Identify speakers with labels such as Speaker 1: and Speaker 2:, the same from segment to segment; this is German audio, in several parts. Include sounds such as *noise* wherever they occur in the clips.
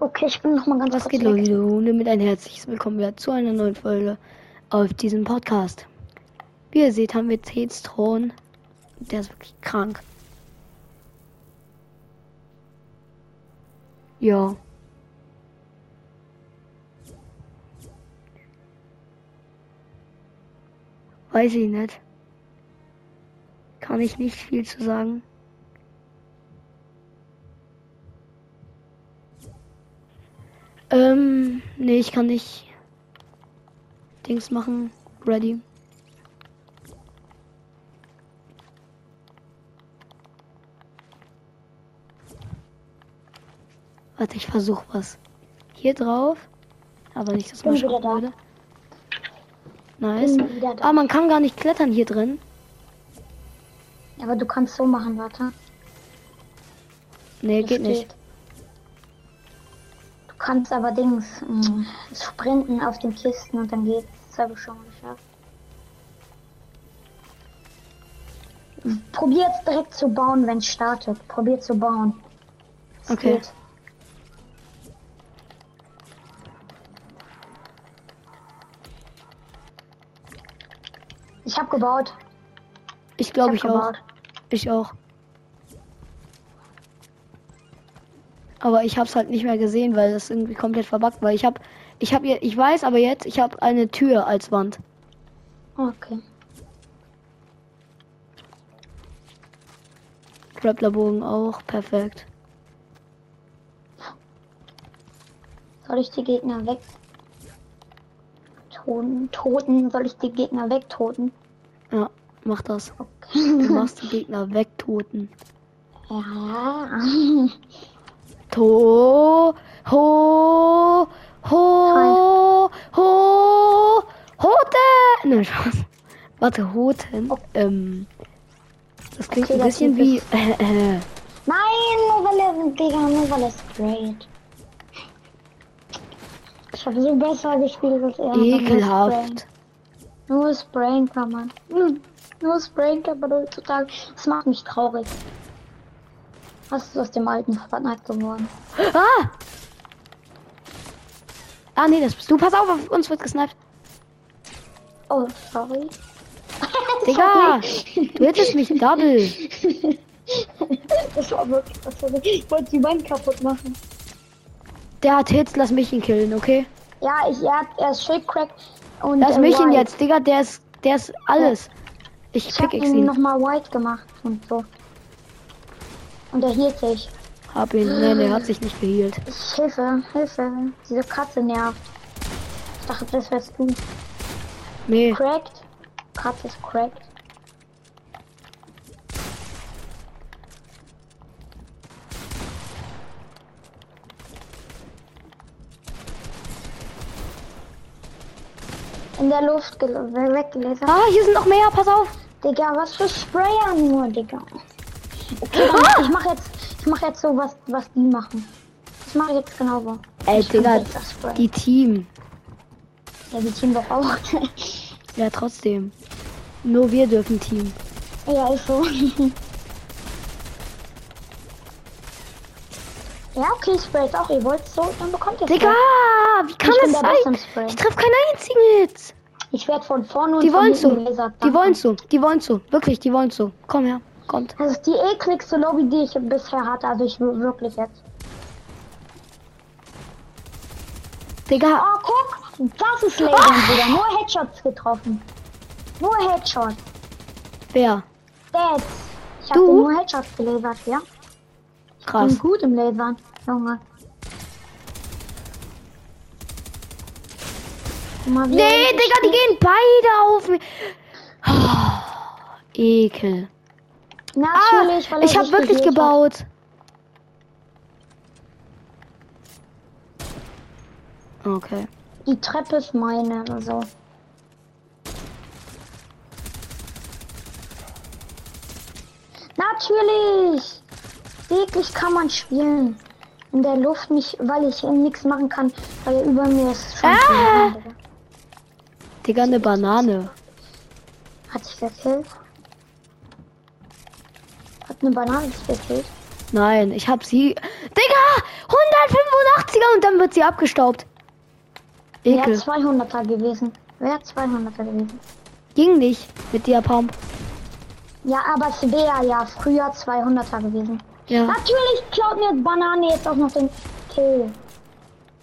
Speaker 1: Okay, ich bin nochmal ganz
Speaker 2: Was
Speaker 1: kurz
Speaker 2: geht,
Speaker 1: weg.
Speaker 2: Leute? Liebe Hunde, mit ein herzliches Willkommen wieder zu einer neuen Folge auf diesem Podcast. Wie ihr seht, haben wir Tates Thron. Der ist wirklich krank. Ja. Weiß ich nicht. Kann ich nicht viel zu sagen. Ähm, nee, ich kann nicht Dings machen. Ready. Warte, ich versuch was. Hier drauf. Aber nicht, dass man
Speaker 1: Bin wieder
Speaker 2: schauen würde. Nice.
Speaker 1: Bin wieder da.
Speaker 2: Ah, man kann gar nicht klettern hier drin.
Speaker 1: Aber du kannst so machen, warte.
Speaker 2: Nee,
Speaker 1: Das
Speaker 2: geht nicht.
Speaker 1: Du kannst aber Dings mh, sprinten auf den Kisten und dann geht's. Das habe ich schon geschafft. Probiert's direkt zu bauen, wenn es startet. Probiert zu bauen. Es
Speaker 2: Okay.
Speaker 1: geht. Ich habe gebaut.
Speaker 2: Ich glaube,
Speaker 1: ich
Speaker 2: ich
Speaker 1: hab
Speaker 2: auch.
Speaker 1: gebaut.
Speaker 2: Ich auch. Aber ich hab's halt nicht mehr gesehen, weil das irgendwie komplett verbuggt war. Ich hab, ich hab, je- ich weiß aber jetzt, ich hab eine Tür als Wand.
Speaker 1: Okay.
Speaker 2: Grapplerbogen auch, perfekt.
Speaker 1: Soll ich die Gegner weg? Toten, Toten, soll ich die Gegner wegtoten?
Speaker 2: Ja, mach das. Du
Speaker 1: Okay.
Speaker 2: machst die Gegner weg, Toten.
Speaker 1: ja.
Speaker 2: To, ho, ho, ho, hote. Ne, Spaß. Warte, Hoten. Ähm, das klingt
Speaker 1: Oh. Okay,
Speaker 2: ein
Speaker 1: der
Speaker 2: bisschen
Speaker 1: Typ
Speaker 2: wie. äh,
Speaker 1: ist- *laughs* Nein, Novelle, Digga, Novelle ist great. Ich habe so besser gespielt als er.
Speaker 2: Ekelhaft.
Speaker 1: Nur Sprain kann man. Hm, Nur Sprain kann man heutzutage. Das macht mich traurig. Hast du aus dem alten Fortnite geworden?
Speaker 2: Ah! Ah, nee, das bist du. Pass auf, auf uns wird gesniped.
Speaker 1: Oh, sorry. *laughs*
Speaker 2: Digga,
Speaker 1: Sorry.
Speaker 2: du hättest mich double.
Speaker 1: Das war wirklich das war wirklich- Ich wollte die Wand kaputt machen.
Speaker 2: Der hat Hits, lass mich ihn killen, okay?
Speaker 1: Ja, ich, er, hat- er ist straight crack und.
Speaker 2: Lass
Speaker 1: äh,
Speaker 2: mich ihn
Speaker 1: white.
Speaker 2: jetzt, Digga, der ist, der ist alles. Ich
Speaker 1: Ich hab
Speaker 2: pickaxe
Speaker 1: ihn
Speaker 2: ihn.
Speaker 1: nochmal white gemacht und so. Und er hielt sich.
Speaker 2: Hab ihn. Nee, nee, hat sich nicht geheilt.
Speaker 1: Ich, Hilfe, Hilfe. Diese Katze nervt. Ich dachte, das wärst du.
Speaker 2: Nee,
Speaker 1: Cracked. Katze ist cracked. In der Luft gel- weggelesen.
Speaker 2: Ah, hier sind noch mehr, pass auf.
Speaker 1: Digga, was für Sprayer nur, Digga. Okay, dann,
Speaker 2: Ah!
Speaker 1: ich mach jetzt, ich mach jetzt so was, was die machen. Ich mache jetzt genauso.
Speaker 2: Ey,
Speaker 1: ich kann
Speaker 2: Digga,
Speaker 1: besser sprayen.
Speaker 2: die Team.
Speaker 1: ja, die Team doch auch. *laughs*
Speaker 2: Ja, trotzdem. Nur wir dürfen Team.
Speaker 1: ja, ist
Speaker 2: also.
Speaker 1: so. ja, okay, sprayt auch. Ihr wollt so, dann bekommt ihr
Speaker 2: Digga,
Speaker 1: Spray.
Speaker 2: wie kann
Speaker 1: Ich bin
Speaker 2: das
Speaker 1: der Beste im
Speaker 2: sein?
Speaker 1: Spray.
Speaker 2: Ich treff keinen einzigen Hit.
Speaker 1: Ich werde von vorne und
Speaker 2: Die
Speaker 1: von
Speaker 2: wollen
Speaker 1: hinten
Speaker 2: so.
Speaker 1: gelasert.
Speaker 2: Die
Speaker 1: Danke.
Speaker 2: wollen so. Die wollen so. Wirklich, die wollen so. Komm her. Kommt.
Speaker 1: Das ist die ekligste Lobby, die ich bisher hatte. Also ich will wirklich jetzt.
Speaker 2: Digga,
Speaker 1: Oh, guck, das ist
Speaker 2: Ah!
Speaker 1: Lasern, Digga. Nur Headshots getroffen. Nur Headshots.
Speaker 2: wer?
Speaker 1: Dead. Ich habe
Speaker 2: Du?
Speaker 1: nur Headshots gelasert, ja?
Speaker 2: Krass.
Speaker 1: Bin gut im Lasern, Junge. Guck Mal, wie
Speaker 2: Nee, Digga, die gehen beide auf mich. Oh, Ekel.
Speaker 1: Natürlich,
Speaker 2: ah,
Speaker 1: weil er
Speaker 2: ich habe
Speaker 1: sich
Speaker 2: wirklich
Speaker 1: gewählt
Speaker 2: gebaut. Okay.
Speaker 1: Hat. Die Treppe ist meine oder so. Natürlich! Wirklich kann man spielen. In der Luft nicht, weil ich nichts machen kann, weil er über mir ist. Schon
Speaker 2: Ah!
Speaker 1: zu lang, Digga.
Speaker 2: Digga, eine Banane.
Speaker 1: Hat sich gekillt. Hat eine Banane sich gekillt.
Speaker 2: Nein, ich hab sie. Digga! 185er und dann wird sie abgestaubt.
Speaker 1: Wer
Speaker 2: Ekel.
Speaker 1: 200er gewesen? Wer 200er gewesen?
Speaker 2: Ging nicht mit der Pump.
Speaker 1: Ja, aber es wäre ja früher 200er gewesen.
Speaker 2: Ja.
Speaker 1: Natürlich klaut mir Banane jetzt auch noch den Kill.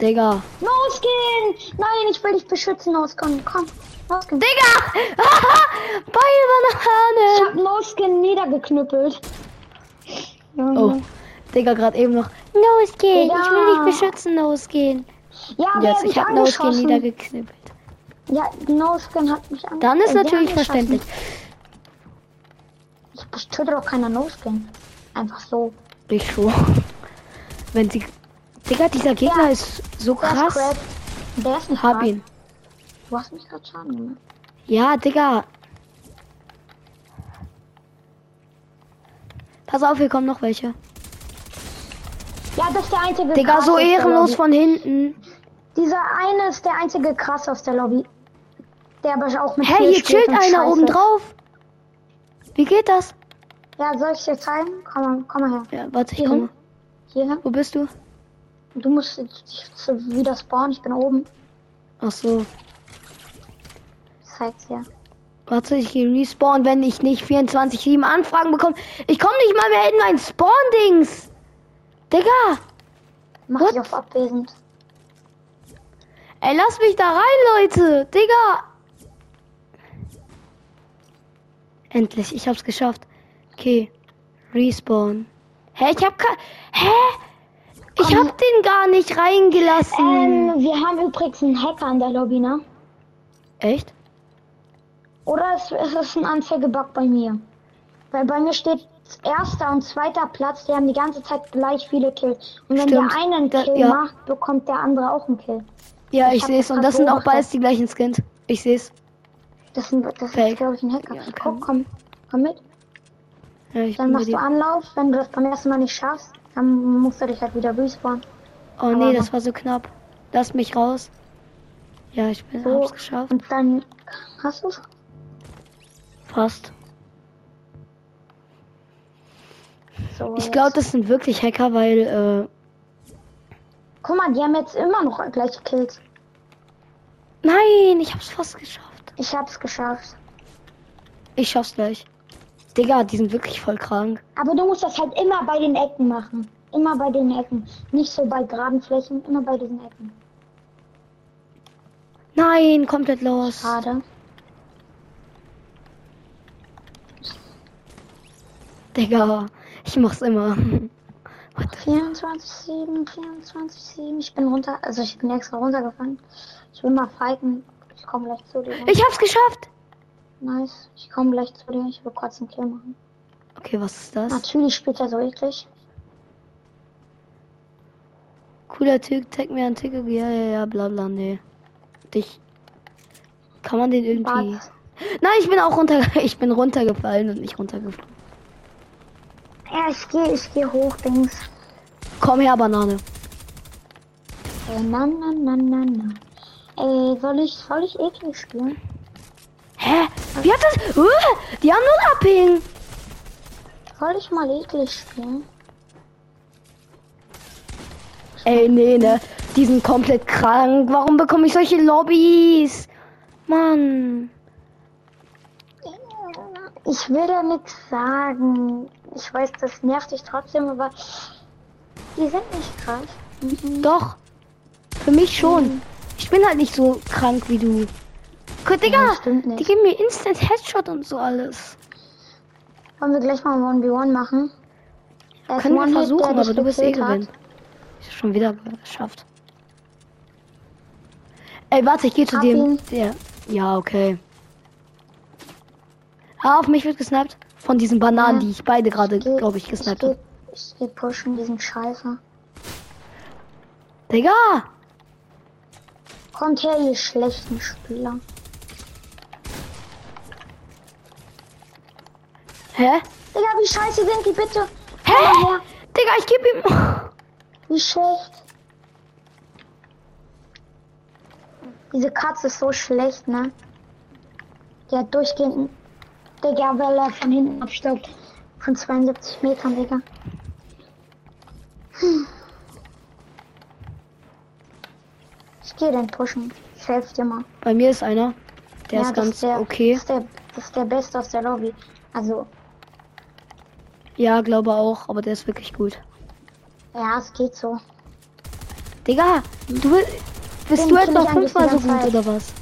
Speaker 2: Digga.
Speaker 1: No Skin! Nein, ich will dich beschützen, No Skin. Komm, No Skin.
Speaker 2: Digga! *laughs* Beine
Speaker 1: Ich
Speaker 2: Banane!
Speaker 1: hab No Skin niedergeknüppelt.
Speaker 2: Oh. Digga, gerade eben noch. No Skin, ich
Speaker 1: Ja.
Speaker 2: will dich beschützen, No Skin.
Speaker 1: Ja, aber
Speaker 2: Jetzt,
Speaker 1: er hat
Speaker 2: ich
Speaker 1: mich
Speaker 2: hab No Skin
Speaker 1: angeschossen.
Speaker 2: niedergeknippelt.
Speaker 1: Ja, No Skin hat mich angeschossen.
Speaker 2: Dann ist natürlich verständlich.
Speaker 1: Ich töte doch keiner No Skin. Einfach so.
Speaker 2: Ich schon. Wenn sie. Digga, dieser Gegner
Speaker 1: Ja.
Speaker 2: ist so
Speaker 1: Der ist
Speaker 2: krass.
Speaker 1: crap. Der ist nicht
Speaker 2: Hab
Speaker 1: crap.
Speaker 2: ihn.
Speaker 1: Du hast mich gerade Schaden gemacht.
Speaker 2: Ja, Digga. Pass auf, hier kommen noch welche.
Speaker 1: Ja, das ist der einzige
Speaker 2: Digga,
Speaker 1: Krass
Speaker 2: so
Speaker 1: aus der
Speaker 2: ehrenlos
Speaker 1: Lobby.
Speaker 2: von hinten.
Speaker 1: Dieser eine ist der einzige Krass aus der Lobby. Der aber auch mit
Speaker 2: Hey,
Speaker 1: Kill
Speaker 2: hier
Speaker 1: spielt
Speaker 2: chillt
Speaker 1: und
Speaker 2: einer
Speaker 1: scheiße.
Speaker 2: oben drauf. Wie geht das?
Speaker 1: Ja, soll ich dir zeigen? Komm mal, komm mal her.
Speaker 2: Ja, warte, ich
Speaker 1: Hier
Speaker 2: komme.
Speaker 1: hin. Hierher.
Speaker 2: Wo bist du?
Speaker 1: Du musst dich wieder spawnen. Ich bin oben.
Speaker 2: Ach so.
Speaker 1: Ich zeig's dir.
Speaker 2: Warte, ich gehe respawn, wenn ich nicht 24-7 Anfragen bekomme. Ich komme nicht mal mehr in mein Spawn-Dings. Digga.
Speaker 1: Mach
Speaker 2: What?
Speaker 1: dich auf abwesend.
Speaker 2: Ey, lass mich da rein, Leute. Digga. Endlich, ich hab's geschafft. Okay. Respawn. Hä, ich hab ka Hä? Ich
Speaker 1: Komm.
Speaker 2: hab den gar nicht reingelassen.
Speaker 1: Ähm, wir haben übrigens einen Hacker in der Lobby, ne?
Speaker 2: Echt?
Speaker 1: Oder es, es ist ein Anzeigebug bei mir. Weil bei mir steht erster und zweiter Platz, die haben die ganze Zeit gleich viele Kills. Und wenn
Speaker 2: Stimmt.
Speaker 1: der eine einen
Speaker 2: Da-
Speaker 1: Kill
Speaker 2: ja.
Speaker 1: macht, bekommt der andere auch einen Kill.
Speaker 2: Ja,
Speaker 1: Ich
Speaker 2: ich,
Speaker 1: hab
Speaker 2: seh's.
Speaker 1: das
Speaker 2: Und
Speaker 1: grad
Speaker 2: das sind auch
Speaker 1: beobachtet.
Speaker 2: beides die gleichen Skins. Ich seh's.
Speaker 1: Das, sind, das
Speaker 2: Fake.
Speaker 1: ist, glaube ich, ein Hacker.
Speaker 2: Ja, okay.
Speaker 1: Guck, komm, komm mit.
Speaker 2: Ja, ich
Speaker 1: Dann
Speaker 2: bin bei
Speaker 1: machst du
Speaker 2: dir.
Speaker 1: Anlauf. Wenn du das beim ersten Mal nicht schaffst, dann musst du dich halt wieder respawnen.
Speaker 2: Oh nee,
Speaker 1: Aber-
Speaker 2: das war so knapp. Lass mich raus. Ja, ich bin,
Speaker 1: So.
Speaker 2: hab's geschafft.
Speaker 1: Und dann hast du's.
Speaker 2: Fast.
Speaker 1: So,
Speaker 2: Ich
Speaker 1: jetzt.
Speaker 2: glaube, das sind wirklich Hacker, weil, äh,
Speaker 1: Guck mal, die haben jetzt immer noch gleich Kills.
Speaker 2: äh... Nein, ich hab's fast geschafft.
Speaker 1: Ich hab's geschafft.
Speaker 2: Ich schaff's gleich. Digga, die sind wirklich voll krank.
Speaker 1: Aber du musst das halt immer bei den Ecken machen. Immer bei den Ecken. Nicht so bei geraden Flächen, immer bei diesen Ecken.
Speaker 2: Nein, komplett los.
Speaker 1: Schade.
Speaker 2: Digga, ich mach's immer. *laughs*
Speaker 1: 24-7, 24-7. Ich bin runter, also ich bin extra runtergefahren. Ich will mal fighten. Ich komme gleich zu dir.
Speaker 2: Ich hab's geschafft.
Speaker 1: Nice. Ich komme gleich zu dir. Ich will kurz einen Kill machen.
Speaker 2: Okay, was ist das?
Speaker 1: Natürlich spielt er so eklig.
Speaker 2: Cooler Typ, tag mir einen Ticket. Ja, ja, ja, bla bla, nee. Dich. Kann man den irgendwie.
Speaker 1: Bart.
Speaker 2: Nein, ich bin auch runter. *laughs* Ich bin runtergefallen und nicht runtergeflogen.
Speaker 1: Ja, ich gehe, ich gehe hoch, Dings.
Speaker 2: Komm her, Banane.
Speaker 1: Äh, na, na, na, na, na. Ey, soll ich, soll ich eklig spielen?
Speaker 2: Hä? Wie hat das. Uh, die haben null abhängen.
Speaker 1: Soll ich mal eklig spielen?
Speaker 2: Ey, nee, ne. Die sind komplett krank. Warum bekomme ich solche Lobbys? Mann.
Speaker 1: Ich will da nichts sagen. Ich weiß, das nervt dich trotzdem, aber die sind nicht krass.
Speaker 2: Doch. Für mich schon. Ich bin halt nicht so krank wie du. Guck, Digga,
Speaker 1: das stimmt nicht.
Speaker 2: die geben mir Instant Headshot und so alles.
Speaker 1: Wollen wir gleich mal ein 1v1 machen? Da ist
Speaker 2: Können wir
Speaker 1: One-Hit,
Speaker 2: versuchen,
Speaker 1: der dich
Speaker 2: aber du bist eh
Speaker 1: gekillt hat.
Speaker 2: gewinnt. Ich hab's schon wieder geschafft. Ey, warte, ich geh zu
Speaker 1: Hab
Speaker 2: dem.
Speaker 1: ihn.
Speaker 2: Der. Ja, okay. Ah, auf mich wird gesnappt. Von diesen Bananen,
Speaker 1: Ja.
Speaker 2: die ich beide gerade,
Speaker 1: Ich geh-
Speaker 2: glaube ich, gesnappt
Speaker 1: Ich
Speaker 2: habe.
Speaker 1: geh, ich geh pushen, diesen Scheiße.
Speaker 2: Digga!
Speaker 1: Kommt her, ihr schlechten Spieler.
Speaker 2: Hä?
Speaker 1: Digga, wie scheiße sind die bitte?
Speaker 2: Hä?
Speaker 1: Komm mal her.
Speaker 2: Digga, ich geb ihm. *laughs*
Speaker 1: Wie schlecht. Diese Katze ist so schlecht, ne? Die hat durchgehend. Digga, weil er von hinten abstaubt. Von 72 Metern, Digga. Ich gehe den pushen. Ich helfe dir mal.
Speaker 2: Bei mir ist einer. Der
Speaker 1: Ja,
Speaker 2: ist
Speaker 1: das
Speaker 2: ganz
Speaker 1: der,
Speaker 2: okay.
Speaker 1: Das ist, der, das ist der Beste aus der Lobby. Also,
Speaker 2: Ja, glaube auch, aber der ist wirklich gut.
Speaker 1: ja, es geht so.
Speaker 2: Digga, du wi- bist
Speaker 1: Den
Speaker 2: du
Speaker 1: kenn ich
Speaker 2: etwa
Speaker 1: eigentlich
Speaker 2: fünfmal
Speaker 1: die ganze
Speaker 2: so gut
Speaker 1: Zeit.
Speaker 2: oder was?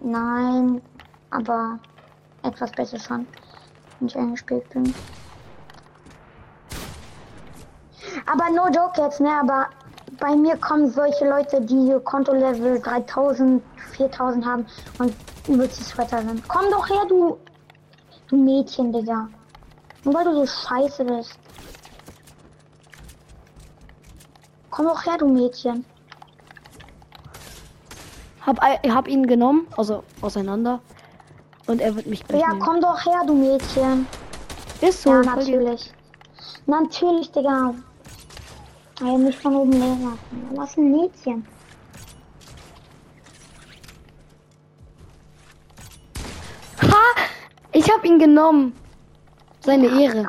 Speaker 1: Nein, aber etwas besser schon, wenn ich eingespielt bin. Aber no joke jetzt, ne? Aber bei mir kommen solche Leute, die Kontolevel 3000, 4000 haben und übelst die Sweater sind. Komm doch her, du, du Mädchen, Digga. Nur weil du so scheiße bist. Komm doch her, du Mädchen.
Speaker 2: Hab, ei- hab ihn genommen, also auseinander. Und er wird mich gleich
Speaker 1: Ja,
Speaker 2: nehmen.
Speaker 1: komm doch her, du Mädchen.
Speaker 2: Ist so,
Speaker 1: ja,
Speaker 2: voll die-
Speaker 1: natürlich. Natürlich, Digga. Ey, nicht von oben leer lassen. Lass ein Mädchen.
Speaker 2: Ha! Ich hab ihn genommen. Seine Ehre.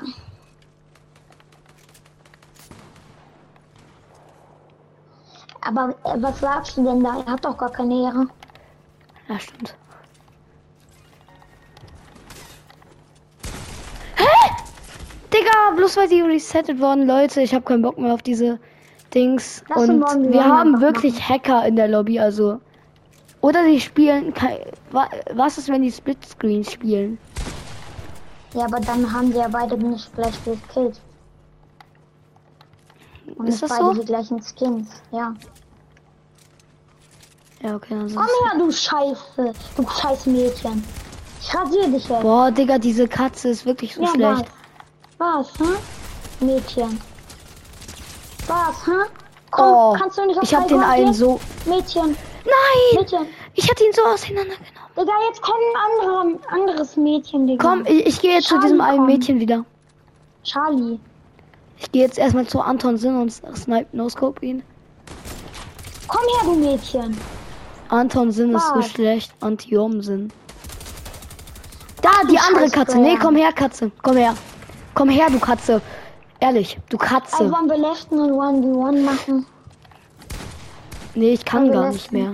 Speaker 1: Aber äh, was sagst du denn da? Er hat doch gar keine Ehre.
Speaker 2: Ja, stimmt. Hä? Digga, bloß weil die resettet worden, Leute. Ich habe keinen Bock mehr auf diese Dings.
Speaker 1: Lass
Speaker 2: Und
Speaker 1: den morgen
Speaker 2: wir
Speaker 1: Leon
Speaker 2: haben
Speaker 1: einfach
Speaker 2: wirklich Hacker in der Lobby, also. Oder die spielen. kei- wa- Was ist, wenn die Splitscreen spielen?
Speaker 1: Ja, aber dann haben wir beide nicht gleich gekillt. Und
Speaker 2: Ist
Speaker 1: nicht
Speaker 2: das
Speaker 1: beide
Speaker 2: so?
Speaker 1: die gleichen Skins. Ja.
Speaker 2: Ja, okay, dann sind
Speaker 1: Komm
Speaker 2: es-
Speaker 1: her, du Scheiße. Du scheiß Mädchen. Ich rasiere dich jetzt.
Speaker 2: Boah, Digga, diese Katze ist wirklich so
Speaker 1: was?
Speaker 2: schlecht.
Speaker 1: Was, hm? Mädchen. Was, hm? Komm,
Speaker 2: Oh,
Speaker 1: kannst du nicht auf
Speaker 2: ich hab den
Speaker 1: Balkon
Speaker 2: einen
Speaker 1: gehen?
Speaker 2: so.
Speaker 1: Mädchen,
Speaker 2: Nein!
Speaker 1: Mädchen.
Speaker 2: Ich hatte ihn so auseinandergenommen.
Speaker 1: Digga, jetzt komm ein anderer, anderes Mädchen, Digga.
Speaker 2: Komm, ich, ich gehe jetzt zu
Speaker 1: Charlie,
Speaker 2: diesem einen
Speaker 1: komm.
Speaker 2: Mädchen wieder.
Speaker 1: Charlie.
Speaker 2: Ich gehe jetzt erstmal zu Anton Sinn und snipe No-Scope ihn.
Speaker 1: Komm her, du Mädchen.
Speaker 2: Anton Sinn ist so
Speaker 1: Was?
Speaker 2: schlecht. Antiom Sinn. Da, die
Speaker 1: Scheiß
Speaker 2: andere Katze. Nee,
Speaker 1: Bär.
Speaker 2: komm her, Katze. Komm her. Komm her, du Katze. Ehrlich, du
Speaker 1: Also
Speaker 2: Katze.
Speaker 1: wollen wir leften und 1v1 machen?
Speaker 2: Nee, ich kann
Speaker 1: also
Speaker 2: gar
Speaker 1: lass
Speaker 2: nicht mehr.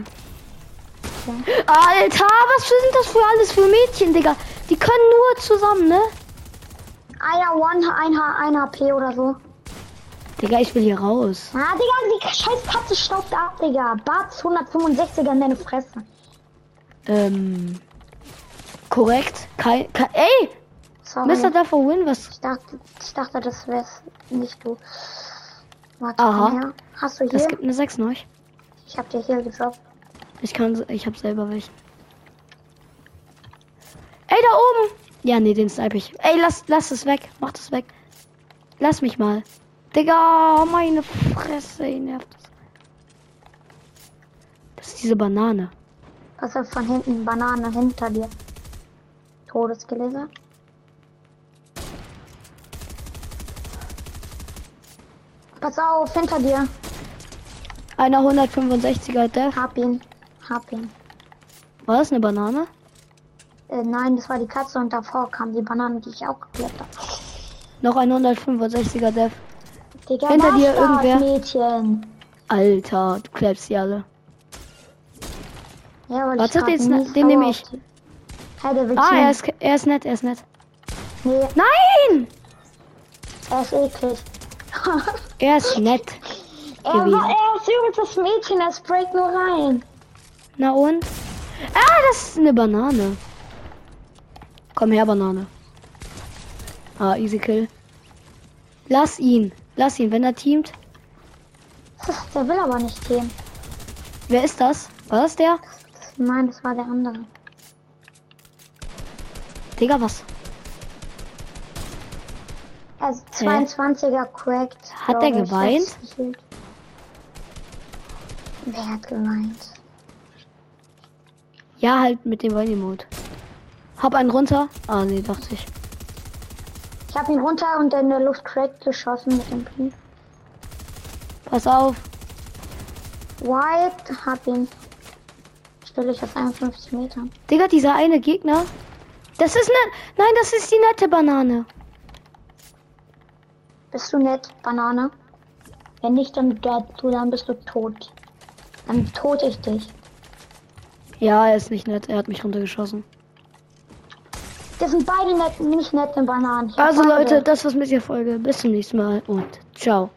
Speaker 1: Okay.
Speaker 2: Alter, was sind das für alles für Mädchen, Digga? Die können nur zusammen, ne?
Speaker 1: Einer One, ein, H- ein HP oder so.
Speaker 2: Digga, ich will hier raus.
Speaker 1: Ah, Digga, die scheiß Katze staubt ab, Digga. Barts 165 an deine Fresse.
Speaker 2: Ähm. Korrekt. Kein. kein ey!
Speaker 1: Sorry.
Speaker 2: Mr. Duffer Win, was
Speaker 1: ich, dachte, ich dachte, das wär's nicht du. Warte,
Speaker 2: Aha.
Speaker 1: komm her. Hast du
Speaker 2: Das
Speaker 1: hier?
Speaker 2: gibt eine 6 neu.
Speaker 1: Ich hab dir hier gedroppt.
Speaker 2: Ich kann, ich hab selber welchen. Ey, da oben! Ja, nee, den snipe ich. Ey, lass, lass es weg. Mach das weg. Lass mich mal. Digga, meine Fresse, ihn nervt das. Das ist diese Banane.
Speaker 1: Was ist Also von hinten? Banane hinter dir. Todesgelese. Pass auf, hinter dir.
Speaker 2: Einer 165er Dev.
Speaker 1: Hab ihn. Hab ihn.
Speaker 2: War das eine Banane?
Speaker 1: Äh, nein, das war die Katze und davor kam die Banane, die ich auch geklebt habe.
Speaker 2: Noch ein 165er Dev.
Speaker 1: Digga,
Speaker 2: Hinter
Speaker 1: lass
Speaker 2: dir
Speaker 1: das,
Speaker 2: irgendwer?
Speaker 1: Mädchen.
Speaker 2: Alter, du klebst die alle.
Speaker 1: Ja, weil
Speaker 2: Warte,
Speaker 1: ich grad
Speaker 2: den
Speaker 1: mies
Speaker 2: sna- ne- den
Speaker 1: sauer
Speaker 2: nehme
Speaker 1: auf
Speaker 2: ich.
Speaker 1: die- Hey, der will
Speaker 2: Ah,
Speaker 1: ziehen.
Speaker 2: er ist, er ist nett, er ist nett.
Speaker 1: Nee,
Speaker 2: Nein!
Speaker 1: er ist
Speaker 2: *laughs*
Speaker 1: eklig.
Speaker 2: Er ist nett.
Speaker 1: er,
Speaker 2: Gewesen.
Speaker 1: war, er ist übrigens das Mädchen, er sprayt nur rein.
Speaker 2: Na und? Ah, das ist eine Banane. Komm her, Banane. Ah, easy kill. Lass ihn. Lass ihn, wenn er teamt.
Speaker 1: Der will aber nicht gehen.
Speaker 2: Wer ist das? War das der?
Speaker 1: Nein, das war der andere.
Speaker 2: Digga, was?
Speaker 1: Also 22er cracked.
Speaker 2: Hat
Speaker 1: glaube
Speaker 2: der
Speaker 1: ich.
Speaker 2: geweint?
Speaker 1: Das ist nicht gut. Wer hat geweint?
Speaker 2: Ja, halt mit dem Weinimod. Hab einen runter. Ah, nee, dachte ich.
Speaker 1: Ich habe ihn runter und in der Luft cracked geschossen mit dem Pin.
Speaker 2: Pass auf.
Speaker 1: White hab ihn. Stelle ich auf 51 Meter.
Speaker 2: Digga, dieser eine Gegner. Das ist ne. Nein, das ist die nette Banane.
Speaker 1: Bist du nett, Banane? Wenn nicht, dann, da- du, dann bist du tot. Dann tote ich dich.
Speaker 2: Ja, er ist nicht nett. Er hat mich runtergeschossen.
Speaker 1: Das sind beide nett, nicht nette Bananen. Ich hab
Speaker 2: Also
Speaker 1: beide.
Speaker 2: Leute, das war's mit der Folge. Bis zum nächsten Mal und ciao.